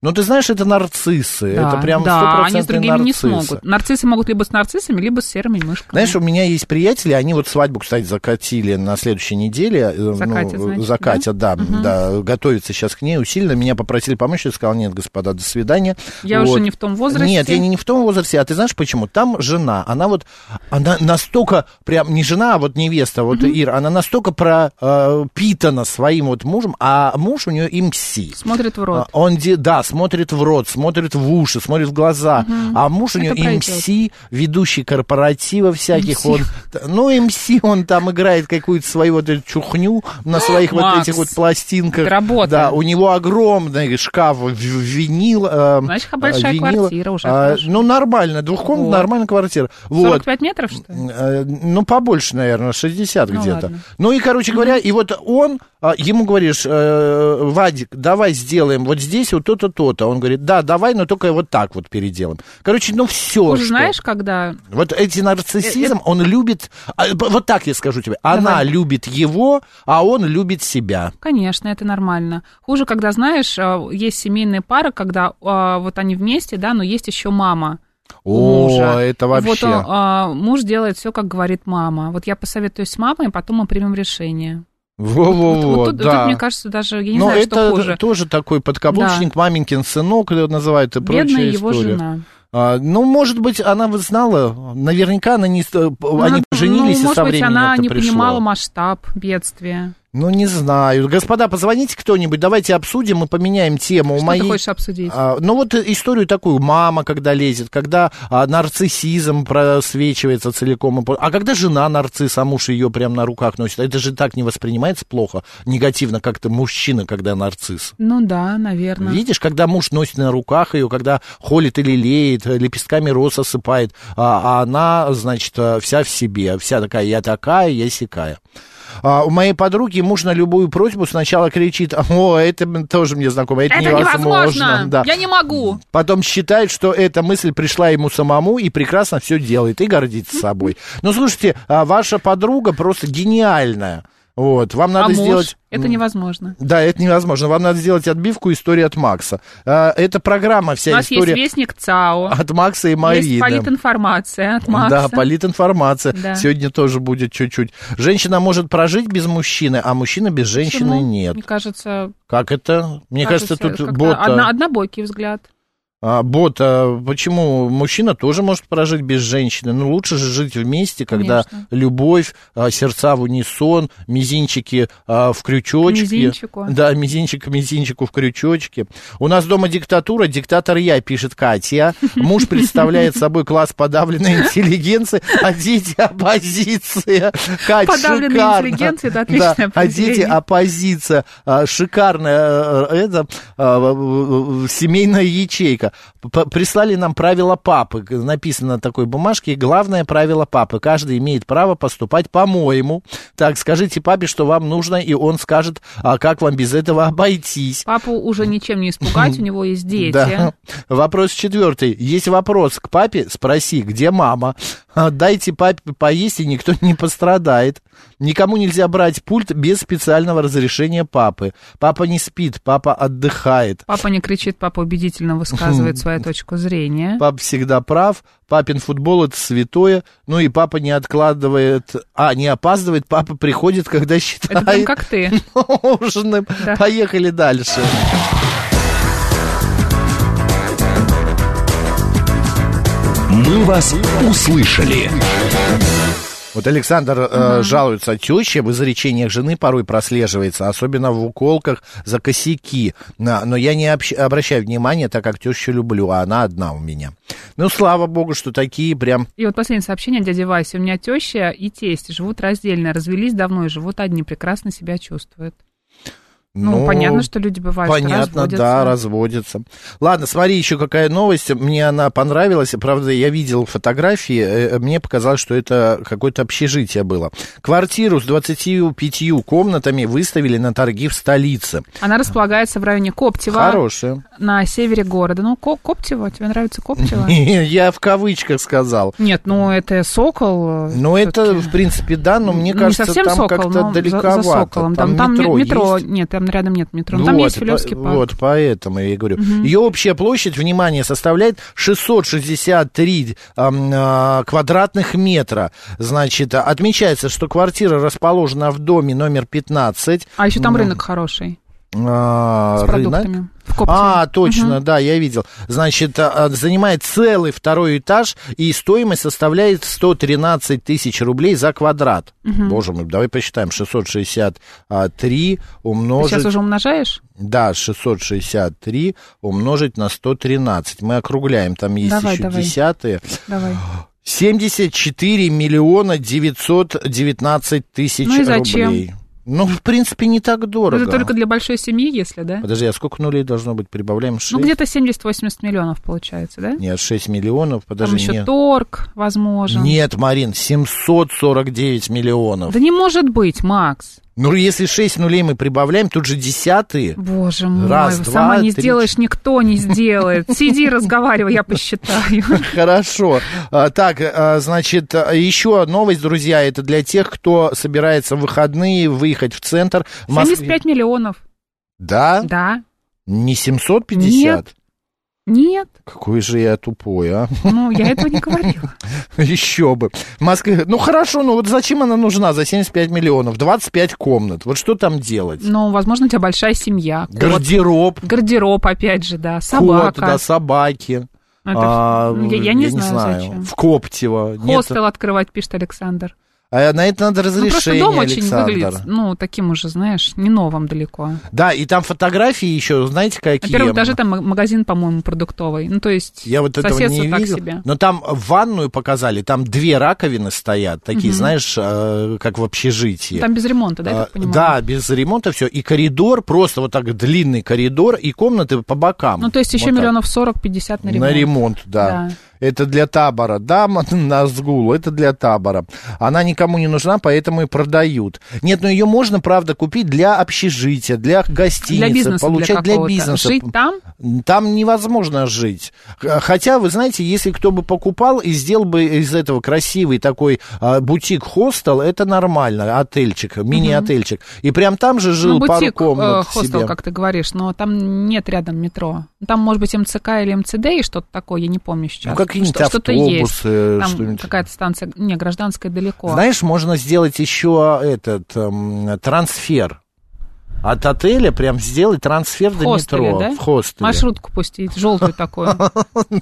Ну ты знаешь, это нарциссы. да, это прям да они с стопроцентные другими не нарциссы. смогут. Нарциссы могут либо с нарциссами, либо с серыми мышками. Знаешь, у меня есть приятели, они вот свадьбу, кстати, закатили на следующей неделе. э, ну, Закатят, значит, закатят, да, да, готовятся сейчас к ней усиленно. Меня попросили помочь, я сказал, нет, господа, до свидания. Я Вот. уже не в том возрасте. Нет, я не, не в том возрасте, а ты знаешь почему? Там жена, она вот, она настолько, прям не жена, а вот невеста, вот Ира, она настолько пропитана своим вот мужем, а муж у нее МС. Смотрит в рот. А, Он, де- да, смотрит в рот, смотрит в уши, смотрит в глаза. А муж у Это него пройдёт. МС, ведущий корпоратива всяких. Он, т- ну, МС, он там играет какую-то свою вот эту чухню на своих вот Макс, этих вот пластинках. это работа. Да, у него огромный шкаф в- в- винил. э, Значит, э, большая винила. квартира уже, А, хорошо. ну, нормально, двухкомнатная Вот. нормальная квартира. Вот. 45 метров, что ли? Э, Ну, побольше, наверное, 60 Ну, где-то. ладно. Ну и, короче говоря, и вот он, а, ему говоришь, э, Вадик, давай сделаем вот здесь вот то-то, то-то. Он говорит, да, давай, но только вот так вот переделаем. Короче, ну все. Уже знаешь, э, когда... Вот эти нарциссизм, он любит, а, б- вот так я скажу тебе, она любит его, а он любит себя. Конечно, это нормально. Хуже, когда, знаешь, а, есть семейные пары, когда а, вот они вместе, да, но есть еще мама. у О, мужа. это И Вот вообще. он, а, муж делает все, как говорит мама. Вот я посоветуюсь с мамой, а потом мы примем решение. вот, Во-во-во, вот тут, вот да. тут, мне кажется, даже, я не но знаю, это что хуже. тоже такой подкаблучник, маменькин сынок, э, называют и прочая Бедная его история. жена. А, ну, может быть, она вот знала, наверняка она не, ст- они Ну, поженились ну, и может со быть, временем она это не пришло. понимала масштаб бедствия. Ну, не знаю. Господа, позвоните кто-нибудь, давайте обсудим и поменяем тему. Что У моей- ты хочешь обсудить? А, ну, вот историю такую. Мама, когда лезет, когда а, нарциссизм просвечивается целиком. и по- А когда жена нарцисс, а муж ее прям на руках носит. Это же так не воспринимается плохо, негативно, как-то мужчина, когда нарцисс. Ну да, наверное. Видишь, когда муж носит на руках ее, когда холит или леет, лепестками роз осыпает, а, а она, значит, э, вся в себе, вся такая, я такая, я сякая. А у моей подруги муж на любую просьбу сначала кричит, о, это м, тоже мне знакомо, это, Это невозможно! Да. Я не могу! Потом считает, что эта мысль пришла ему самому и прекрасно все делает, и гордится собой. Ну, слушайте, а ваша подруга просто гениальная. Вот, вам надо а муж? сделать... Это невозможно. Да, это невозможно. Вам надо сделать отбивку истории от Макса. А, Это программа вся У нас история есть вестник ЦАО. от Макса и Марии. Есть да. политинформация от Макса. Да, политинформация. Да. Сегодня тоже будет чуть-чуть. Женщина может прожить без мужчины, а мужчина без женщины Почему? нет. Мне кажется, Как это? Мне кажется, тут как-то бот... одно- однобокий взгляд. А, бот, а почему мужчина тоже может прожить без женщины? Ну, лучше же жить вместе, когда Конечно. любовь, а, сердца в унисон, мизинчики а, в крючочке. К мизинчику. Да, мизинчик к мизинчику в крючочке. У нас дома диктатура, диктатор я, пишет Катя. Муж представляет собой класс подавленной интеллигенции, а дети оппозиция. Кать, Подавленная шикарно. интеллигенция, это отличное Да, а дети определение. оппозиция. А, Шикарная э, это, э, э, семейная ячейка. П- Прислали нам правила папы. Написано на такой бумажке. Главное правило папы. Каждый имеет право поступать по-моему. Так, скажите папе, что вам нужно, и он скажет, а как вам без этого обойтись. Папу уже ничем не испугать, у него есть дети. Да. Вопрос четвертый. Есть вопрос к папе, спроси, где мама. А, Дайте папе поесть, и никто не пострадает. Никому нельзя брать пульт без специального разрешения папы. Папа не спит, папа отдыхает. Папа не кричит, папа убедительно высказывает свою точку зрения. Папа всегда прав, папин футбол это святое, ну и папа не откладывает, а, не опаздывает, папа приходит, когда Это прям считает как ты. нужным. Да. Поехали дальше. «Мы вас услышали». Вот Александр э, жалуется теще, в изречениях жены порой прослеживается, особенно в уколках за косяки. На- но я не общ- обращаю внимания, так как тещу люблю, а она одна у меня. Ну, слава богу, что такие прям... И вот последнее сообщение от дяди Васи. У меня теща и тесть живут раздельно, развелись давно и живут одни, прекрасно себя чувствуют. Ну, понятно, что люди бывают, что Понятно, разводятся. да, разводятся. Ладно, смотри, еще какая новость. Мне она понравилась. Правда, я видел фотографии. э, Мне показалось, что это какое-то общежитие было. Квартиру с 25 комнатами выставили на торги в столице. Она располагается в районе Коптева, Хорошая. на севере города. Ну, Ко- Коптево, тебе нравится Коптево? Я в кавычках сказал. Нет, ну это Сокол. э, Ну, это, всё-таки. в принципе, да, но мне Не кажется, совсем там Сокол, как-то но за- далековато. За, Соколом. Там, там метро, нет метро. есть. Нет, там рядом нет метро. Но там Вот, есть Филевский по- парк. Вот, поэтому я и говорю. Ее общая площадь, внимание, составляет 663 ам, а, квадратных метра. Значит, а, отмечается, что квартира расположена в доме номер 15. А еще там рынок хороший Ну. а, с рынок. продуктами. В Коптеве. А, точно, да, я видел. Значит, а, а, занимает целый второй этаж, и стоимость составляет 113 тысяч рублей за квадрат. Боже мой, давай посчитаем. 663 Ты умножить... сейчас уже умножаешь? Да, 663 умножить на 113. Мы округляем, там есть Давай, еще давай. десятые. Давай. 74 миллиона 919 тысяч Ну и зачем? рублей. Ну, в принципе, не так Ну, дорого. Это только для большой семьи, если, да? Подожди, а сколько нулей должно быть? Прибавляем 6? Ну, где-то 70-80 миллионов получается, да? Нет, 6 миллионов, Там подожди, еще нет. торг, возможен. Нет, Марин, 749 миллионов. Да не может быть, Макс. Ну, если 6 нулей мы прибавляем, тут же десятые. Боже мой, Раз, сама два, не три, сделаешь, никто не сделает. Сиди, разговаривай, я посчитаю. Хорошо. А, Так, а, значит, а, еще новость, друзья, это для тех, кто собирается в выходные выехать в центр. В Москве- 75 миллионов. Да? Да. Не 750? Нет. Нет, Какой же я тупой, а? ну я этого не говорила. Еще бы. В Москве... Ну, хорошо, ну вот зачем она нужна за 75 миллионов? 25 комнат. Вот что там делать? Ну, возможно, у тебя большая семья. кот, Гардероб, Гардероб, опять же, да. кот, Собака. да, собаки. Ну, это А, всё. Ну, я, я не знаю, зачем. В Коптево. Нет- Хостел открывать, пишет Александр. А на это надо Ну, просто разрешение, дом очень Александр. выглядит, ну, таким уже, знаешь, не новым далеко. Да, и там фотографии еще, знаете, какие? Во-первых, даже там м- магазин, по-моему, продуктовый. Ну, то есть Я вот этого соседство не так видел. себе. Но там ванную показали, там две раковины стоят, такие, знаешь, э, как в общежитии. Там без ремонта, да, я так А, понимаю? да, без ремонта все. И коридор, просто вот так длинный коридор, и комнаты по бокам. Ну, то есть еще Вот так. миллионов сорок, пятьдесят на ремонт. На ремонт, да. Да. Это для табора. Да, Назгул, это для табора. Она никому не нужна, поэтому и продают. Нет, но ее можно, правда, купить для общежития, для гостиницы. Для бизнеса, получать для для, какого-то. бизнеса. Жить там? Там невозможно жить. Х- Хотя, вы знаете, если кто бы покупал и сделал бы из этого красивый такой а, бутик-хостел, это нормально, отельчик, мини-отельчик. И прям там же жил ну, пару бутик, комнат э, хостел, себе. как ты говоришь, но там нет рядом метро. Ну, Там, может быть, МЦК или МЦД и что-то такое, я не помню сейчас. Ну, какие-нибудь Что- что-то есть. автобусы, э, Там что-нибудь. какая-то станция, не, гражданская далеко. Знаешь, можно сделать еще этот эм, трансфер. От отеля прям сделать трансфер в до хостеле, метро. да? В хостеле. Маршрутку пустить, желтую такую.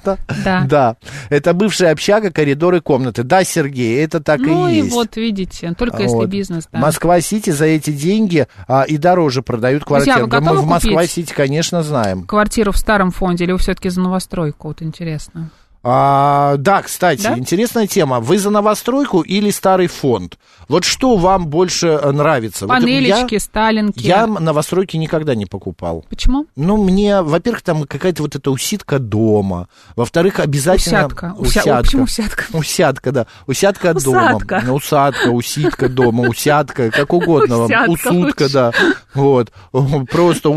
Да. Да. Это бывшая общага, коридоры, комнаты. Да, Сергей, это так Ну и и есть. вот, видите, только если Вот. бизнес, да. Москва-Сити за эти деньги а, и дороже продают Друзья, квартиры. вы Да мы готовы в купить? Москва-Сити, конечно, знаем. Квартиру в старом фонде или вы все-таки за новостройку? Вот интересно. А, да, кстати, Да? интересная тема. Вы за новостройку или старый фонд? Вот что вам больше э, нравится? Вот Панелечки, сталинки. я, я новостройки никогда не покупал. Почему? Ну, мне, во-первых, там какая-то вот эта усидка дома. Во-вторых, обязательно... Усядка. Уся- О, Почему усядка? Усядка, да. Усядка дома. Усадка. Ну, Усадка, усидка дома, усядка, как угодно вам. Усядка Усудка, лучше. да. Вот. Просто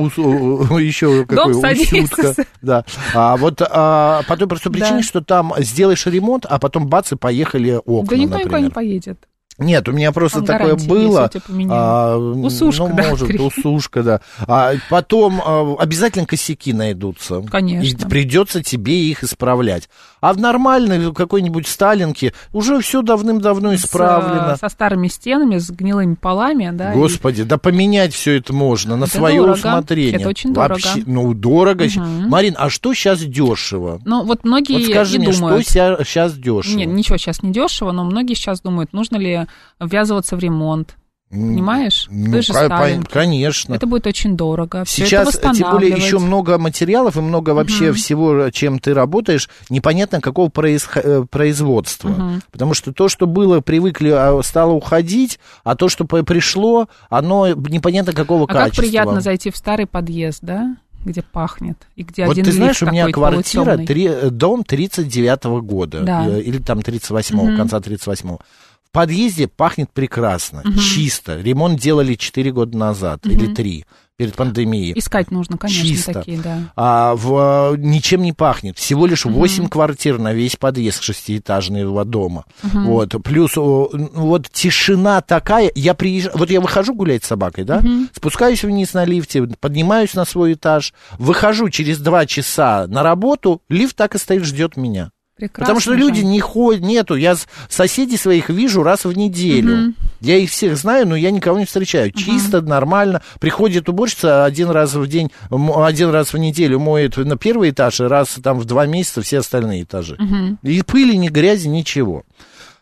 еще какой садится. усудка. Да. А вот а, по той простой причине, Да. что там сделаешь ремонт, а потом бац и поехали окна, да никто никуда например. не поедет. Нет, у меня просто Там такое гарантии было. а, есть, типа, я тебя поменяю. м, Усушка, ну, да, может, три. усушка, да. А потом а, обязательно косяки найдутся. Конечно. И придется тебе их исправлять. А в нормальной какой-нибудь Сталинке уже все давным-давно С, э, исправлено. со старыми стенами, с гнилыми полами, да. и- Господи, да поменять все это можно на Это свое дорого. усмотрение. Это очень Вообще, дорого. ну, дорого. Мгм. Марин, а что сейчас дешево? Ну, вот многие Вот скажи и мне, думают. что сейчас дешево? Нет, ничего сейчас не дешево, но многие сейчас думают, нужно ли ввязываться в ремонт. М, Понимаешь? ну, Ты же ко- Сталин. Конечно. Это будет очень дорого. Всё Сейчас, это э, тем более, еще восстанавливать. много материалов и много вообще всего, э, чем ты работаешь, непонятно какого происх- э, производства. Потому что то, что было, привыкли, а стало уходить, а то, что по- пришло, оно непонятно какого А как качества. приятно зайти в старый подъезд, да? Где пахнет. И где Вот один ты лифт знаешь, у меня такой квартира, полутемный. три- э, дом 39-го года, Да. э, или там 38-го, конца 38-го. В подъезде пахнет прекрасно, чисто. Ремонт делали 4 года назад или 3, перед пандемией. Искать нужно, конечно, Чисто. такие, да. а, в, э, ничем не пахнет. Всего лишь 8 квартир на весь подъезд шестиэтажного дома. Вот. Плюс о, н- вот тишина такая. Я приезжаю, вот я выхожу гулять с собакой, да, спускаюсь вниз на лифте, поднимаюсь на свой этаж, выхожу через 2 часа на работу, лифт так и стоит, ждет меня. Прекрасно Потому что же. люди не ходят, нету. Я с- соседей своих вижу раз в неделю. Я их всех знаю, но я никого не встречаю. Чисто, нормально. Приходит уборщица один раз в день, м, один раз в неделю моет на первый этаж, и раз там в два месяца все остальные этажи. И пыли, ни грязи, ничего.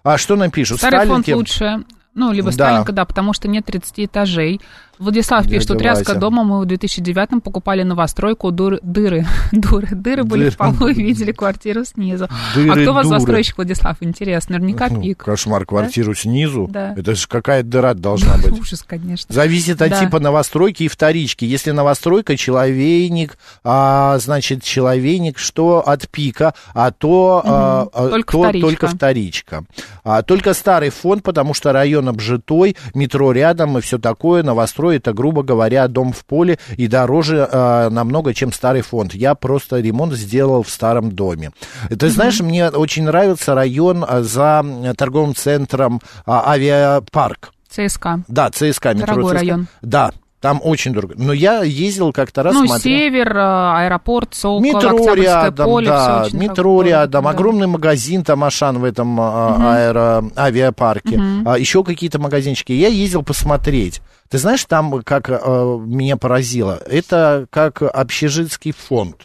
А что напишут? Старый фонд Сталинки- лучше. Ну, либо Да. Сталинка, да, потому что нет 30 этажей. Владислав Дядя пишет, что тряска Вася. дома мы в 2009-м покупали новостройку, дуры, дыры, дуры, дыры были в Дыры. полу и видели квартиру снизу. а Дыры, кто у вас дуры. застройщик, Владислав? Интересно, наверняка Ну, пик. кошмар, квартиру снизу. Да. Это же какая дыра должна быть. Ужас, конечно. Зависит от Да. типа новостройки и вторички. Если новостройка, человейник, а, значит, человейник, что от пика, а то, а, а, Только то вторичка. только вторичка. А, только старый фонд, потому что район обжитой, метро рядом и все такое. Новострой это, грубо говоря, дом в поле и дороже а, намного, чем старый фонд. Я просто ремонт сделал в старом доме. Ты знаешь, мне очень нравится район а, за м, торговым центром а, авиапарк. ЦСКА. Да, ЦСКА, метро Дорогой ЦСКА. район. Да, там очень дорого. Но я ездил как-то раз, Ну, смотрел. север, э, аэропорт, Сокол, Метро Октябрьское рядом, поле, да, всё очень метро такое, рядом, да. огромный магазин там Ашан в этом а, аэро- авиапарке, еще какие-то магазинчики. Я ездил посмотреть. Ты знаешь, э, там как а, меня поразило, это как общежитский фонд.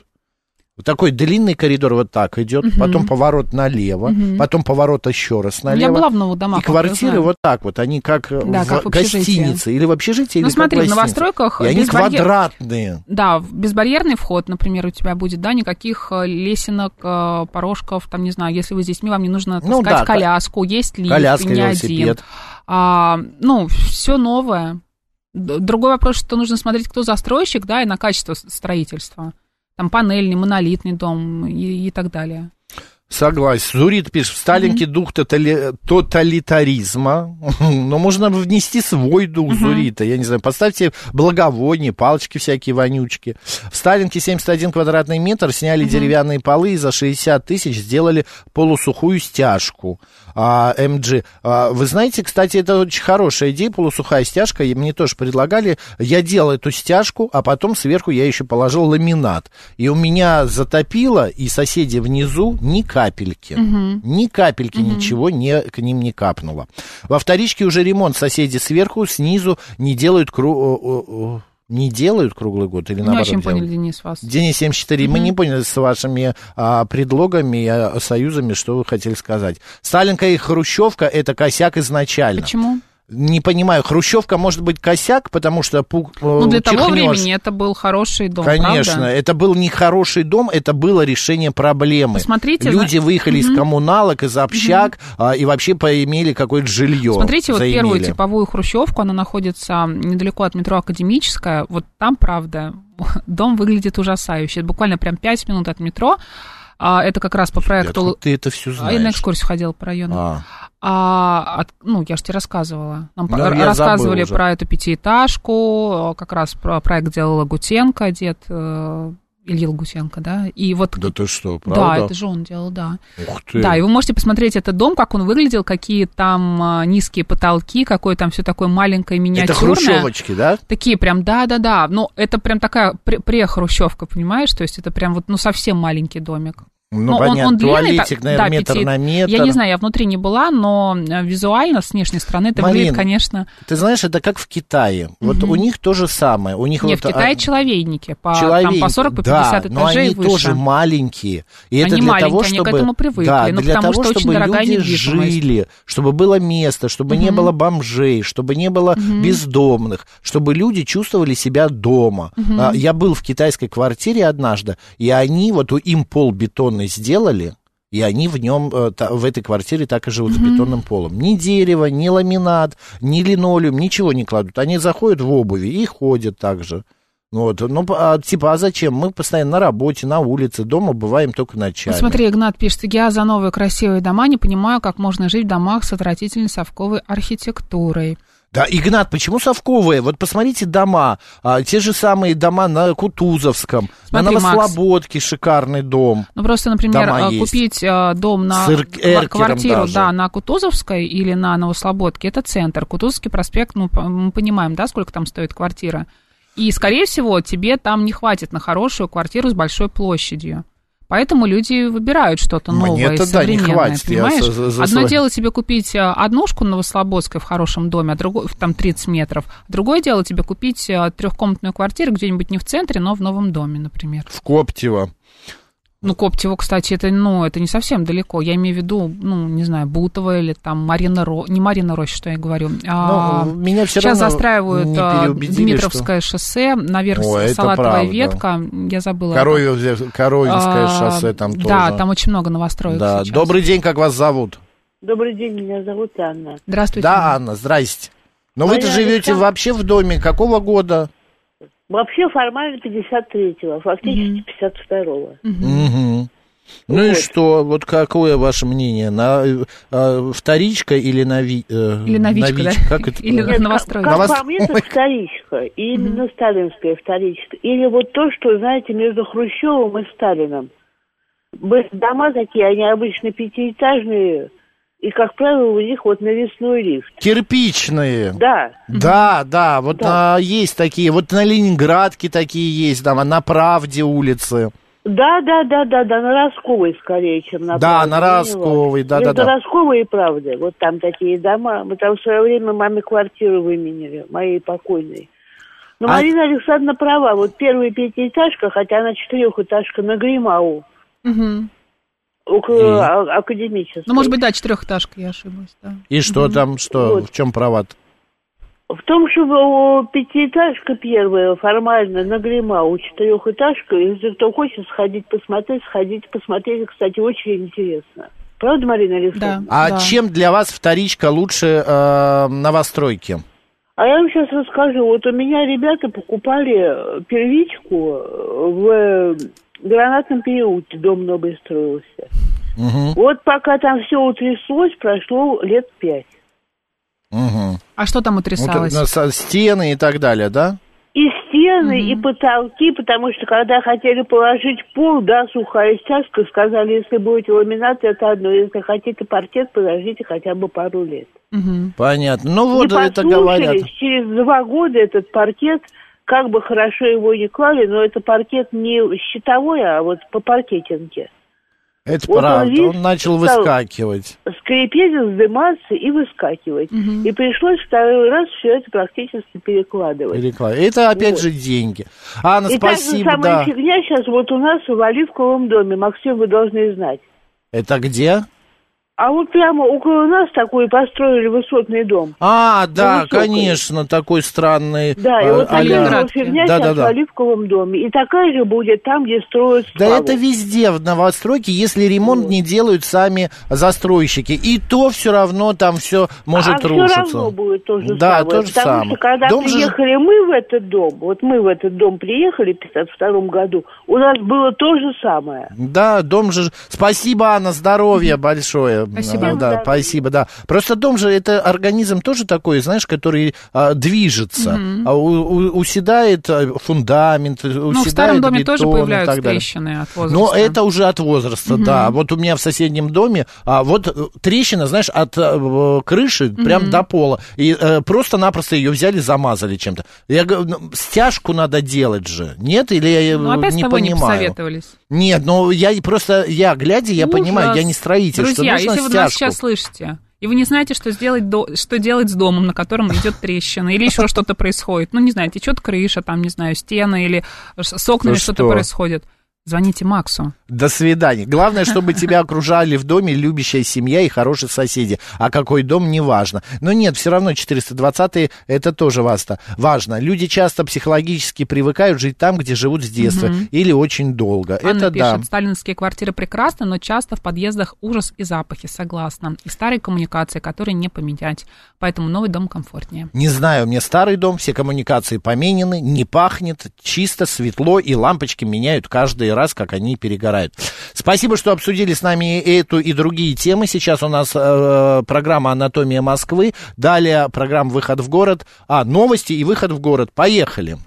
Такой длинный коридор вот так идет, Мгм. потом поворот налево, Мгм. потом поворот еще раз Я налево. была в новых домах, и вот я квартиры знаю. вот так вот, они как э, Да, в как в общежитии. гостинице или в общежитии, Ну, или как смотри, в гостинице. новостройках И они без барьер- квадратные. Да, в- безбарьерный вход, например, у тебя будет, да, никаких э, лесенок, э, порожков, там, не знаю, если вы с детьми, вам не нужно таскать Ну, да, ко- коляску, есть лифт, Коляска, ты не один. велосипед. А, ну, все новое. Д- Другой вопрос, что нужно смотреть, кто застройщик, да, и на качество с- строительства. Там панельный, монолитный дом и, и так далее. Согласен. Зурит пишет, в Сталинке дух тотали- тоталитаризма, но можно внести свой дух Зурита, я не знаю, поставьте благовоние, палочки всякие вонючки. В Сталинке 71 квадратный метр, сняли деревянные полы и за 60 тысяч сделали полусухую стяжку а, МГ. А, вы знаете, кстати, это очень хорошая идея, полусухая стяжка, и мне тоже предлагали, я делал эту стяжку, а потом сверху я еще положил ламинат, и у меня затопило, и соседи внизу ни капельки, ни капельки ничего не, к ним не капнуло. Во вторичке уже ремонт, соседи сверху, снизу не делают кру- о- о- о- не делают круглый год или Ну, не наоборот очень делают? поняли, Денис, вас. Денис 74, мы не поняли с вашими а, предлогами и а, союзами, что вы хотели сказать. Сталинка и Хрущевка – это косяк изначально. Почему? Не понимаю, Хрущевка может быть косяк, потому что пу- Ну, для того чихнёшь. времени это был хороший дом, Конечно, правда? это был нехороший дом, это было решение проблемы. Посмотрите, Люди зна- выехали из коммуналок, из общак а, и вообще поимели какое-то жилье. Смотрите, вот типа первую заимели. типовую хрущевку, она находится недалеко от метро Академическая. Вот там, правда, дом выглядит ужасающе. Это Буквально прям 5 минут от метро. А, Это как раз по Откуда проекту... ты это все А, Я на знаешь. экскурсию ходила по району. А. А, от- ну, я же тебе рассказывала. Нам Ну, по- я рассказывали забыл уже. про эту пятиэтажку, э, как раз про проект делала Гутенко, дед э, Илья Гутенко, да? И вот... Да ты что, да, правда? это же он делал, да. Ух ты. Да, и вы можете посмотреть этот дом, как он выглядел, какие там а, низкие потолки, какое там все такое маленькое, это миниатюрное. хрущевочки, да? Такие прям, да-да-да. Ну, это прям такая пре- прехрущевка, понимаешь? То есть это прям вот, ну, совсем маленький домик. Ну, Но он- понятно, он длинный, туалетик, так- наверное, да, метр пяти- на метр. Я не знаю, я внутри не была, но э, визуально, с внешней стороны, это Марин, выглядит, конечно... Ты знаешь, это как в Китае. Вот у них то же самое. У них Не, вот, в Китае а, человейники. По, человек- Там по 40, по 50 да, этажей но они и выше. тоже маленькие. И это Они для маленькие, того, они к чтобы, этому привыкли. Да, Ну, для потому того, что очень чтобы дорогая люди недвижимость. жили, чтобы было место, чтобы не было бомжей, чтобы не было бездомных, чтобы люди чувствовали себя дома. А, Я был в китайской квартире однажды, и они вот у- им пол бетонный сделали, и они в нем, э, та- в этой квартире так и живут с бетонным полом. Ни дерево, ни ламинат, ни линолеум, ничего не кладут. Они заходят в обуви и ходят так же. Вот, ну, а, типа, а зачем? Мы постоянно на работе, на улице, дома бываем только Вот ночами. Ну, смотри, Игнат пишет, я за новые красивые дома не понимаю, как можно жить в домах с отвратительной совковой архитектурой. Да, Игнат, почему совковые? Вот посмотрите дома, а, те же самые дома на Кутузовском, Смотри, на Макс. Новослободке шикарный дом. Ну, просто, например, Дома э, есть. купить э, дом на С эр- ква- эркером квартиру, даже. да, на Кутузовской или на Новослободке, это центр. Кутузовский проспект, ну, по- мы понимаем, да, сколько там стоит квартира. И, скорее всего, тебе там не хватит на хорошую квартиру с большой площадью. Поэтому люди выбирают что-то Мне новое, это, да, не современное, хватит, я понимаешь? за- за- за Одно свой- дело тебе купить э, однушку на Новослободской в хорошем доме, а другое, там 30 метров. Другое дело тебе купить э, трехкомнатную квартиру где-нибудь не в центре, но в новом доме, например. В Коптево. Ну, Коптево, кстати, это, ну, это не совсем далеко. Я имею в виду, ну, не знаю, Бутово или там Марина Ро... Не Марина Роща, что я говорю. а, Но, э, меня все Сейчас равно застраивают не а, переубедили, что- Дмитровское шоссе, наверх О, это салатовая правда. ветка. Я забыла. Коровье- Коровинское А, шоссе там тоже. Да, там очень много новостроек Да. сейчас. Добрый день, как вас зовут? Добрый день, меня зовут Анна. Здравствуйте. Да, Анна, здрасте. Но Мария вы-то живете Александровна. вообще в доме какого года? Вообще формально 53-го, фактически 52-го. Мгм. Ну и Вот. что? Вот какое ваше мнение? На э, э, вторичка или на ви- э, Или новичка, новичка? да? Как это? Или Нет, новостройка. Как, как Новос- по мне, так вторичка. И именно сталинская вторичка. Или вот то, что, знаете, между Хрущевым и Сталином. Были Дома такие, они обычно пятиэтажные, и, как правило, у них вот навесной лифт. Кирпичные. Да, Да, да, вот Да. а, есть такие, вот на Ленинградке такие есть, там, а на Правде улицы. да, да, да, да, да, на Росковой скорее, чем на Да, Правде, на поняла. Росковой, да, да, Между да. Росковой и Правдой, вот там такие дома. Мы там в свое время маме квартиру выменили, моей покойной. Но А- Марина Александровна права. Вот первая пятиэтажка, хотя она четырехэтажка на Гримау, Мгм. около а- академической. Ну, может быть, да, четырехэтажка, я ошиблась, да. И что там, что, в чем права В том, что о, пятиэтажка первая формально на Гримау, четырехэтажка. Если кто хочет сходить посмотреть, сходите посмотреть. Кстати, очень интересно. Правда, Марина Александровна? А чем для вас вторичка лучше э, новостройки? А я вам сейчас расскажу. Вот у меня ребята покупали э, первичку э, в э, гранатном переулке. Дом новый строился. Вот пока там все утряслось, прошло лет пять. Мгм. А что там утрясалось? Вот, э, со- стены и так далее, да? И стены, и потолки, потому что когда хотели положить пол, да, сухая стяжка, сказали, если будете ламинат, это одно. Если хотите паркет, подождите хотя бы пару лет. Понятно. Ну вот не это послушались. говорят. Через два года этот паркет, как бы хорошо его не клали, но это паркет не щитовой, а вот по паркетинке. Это Вот он, правда. видишь, он начал стал- выскакивать. Скрипеть, вздыматься и выскакивать. И пришлось второй раз все это практически перекладывать. Переклад- Это опять же деньги. Анна, и спасибо, та же самая да. фигня сейчас вот у нас в Оливковом доме. Максим, вы должны знать. Это где? А вот прямо около нас такой построили высотный дом. А, да, высокой. конечно, такой странный. Ну, Да, и э, вот такая а-ля. же фигня да, да, сейчас в да. Оливковом доме. И такая же будет там, где строят Да славу. это везде в новостройке, если ремонт не делают сами застройщики. И то все равно там все может а рушиться. все равно будет то же Да, самое. то же потому самое. что когда Дом же- приехали мы в этот дом, вот мы в этот дом приехали в 52 году, у нас было то же самое. Да, дом же... Спасибо, Анна, здоровья большое. Спасибо. А, Да, Здоровья. спасибо, да. Просто дом же, это организм тоже такой, знаешь, который а, движется. А, у- у- уседает а, фундамент, Ну, в старом доме тоже появляются трещины. трещины от возраста. Но это уже от возраста, да. Вот у меня в соседнем доме, а вот э, трещина, знаешь, от э, в- крыши прям до пола. И э, просто-напросто ее взяли, замазали чем-то. Я говорю, ну, стяжку надо делать же. Нет, или я э, Ну, опять с не тобой не понимаю. посоветовались. Нет, ну я и просто, я глядя, я понимаю, Ужас. я не строитель, Друзья, что если нужно вы нас стяжку. сейчас слышите, и вы не знаете, что, сделать до- что делать с домом, на котором идет трещина, или еще что-то происходит, ну, не знаю, течет крыша, там, не знаю, стены, или с с окнами Ну что-то что? происходит, звоните Максу. До свидания. Главное, чтобы тебя окружали в доме любящая семья и хорошие соседи. А какой дом, неважно. Но нет, все равно 420-е это тоже важно. важно. Люди часто психологически привыкают жить там, где живут с детства. Мгм. А Или очень долго. Анна это пишет, да. сталинские квартиры прекрасны, но часто в подъездах ужас и запахи, согласна. И старые коммуникации, которые не поменять. Поэтому новый дом комфортнее. Не знаю, мне старый дом, все коммуникации поменены, не пахнет, чисто, светло, и лампочки меняют каждый раз, как они перегорают. Спасибо, что обсудили с нами эту и другие темы. Сейчас у нас э, программа «Анатомия Москвы», далее программа «Выход в город», а, новости и «Выход в город». Поехали!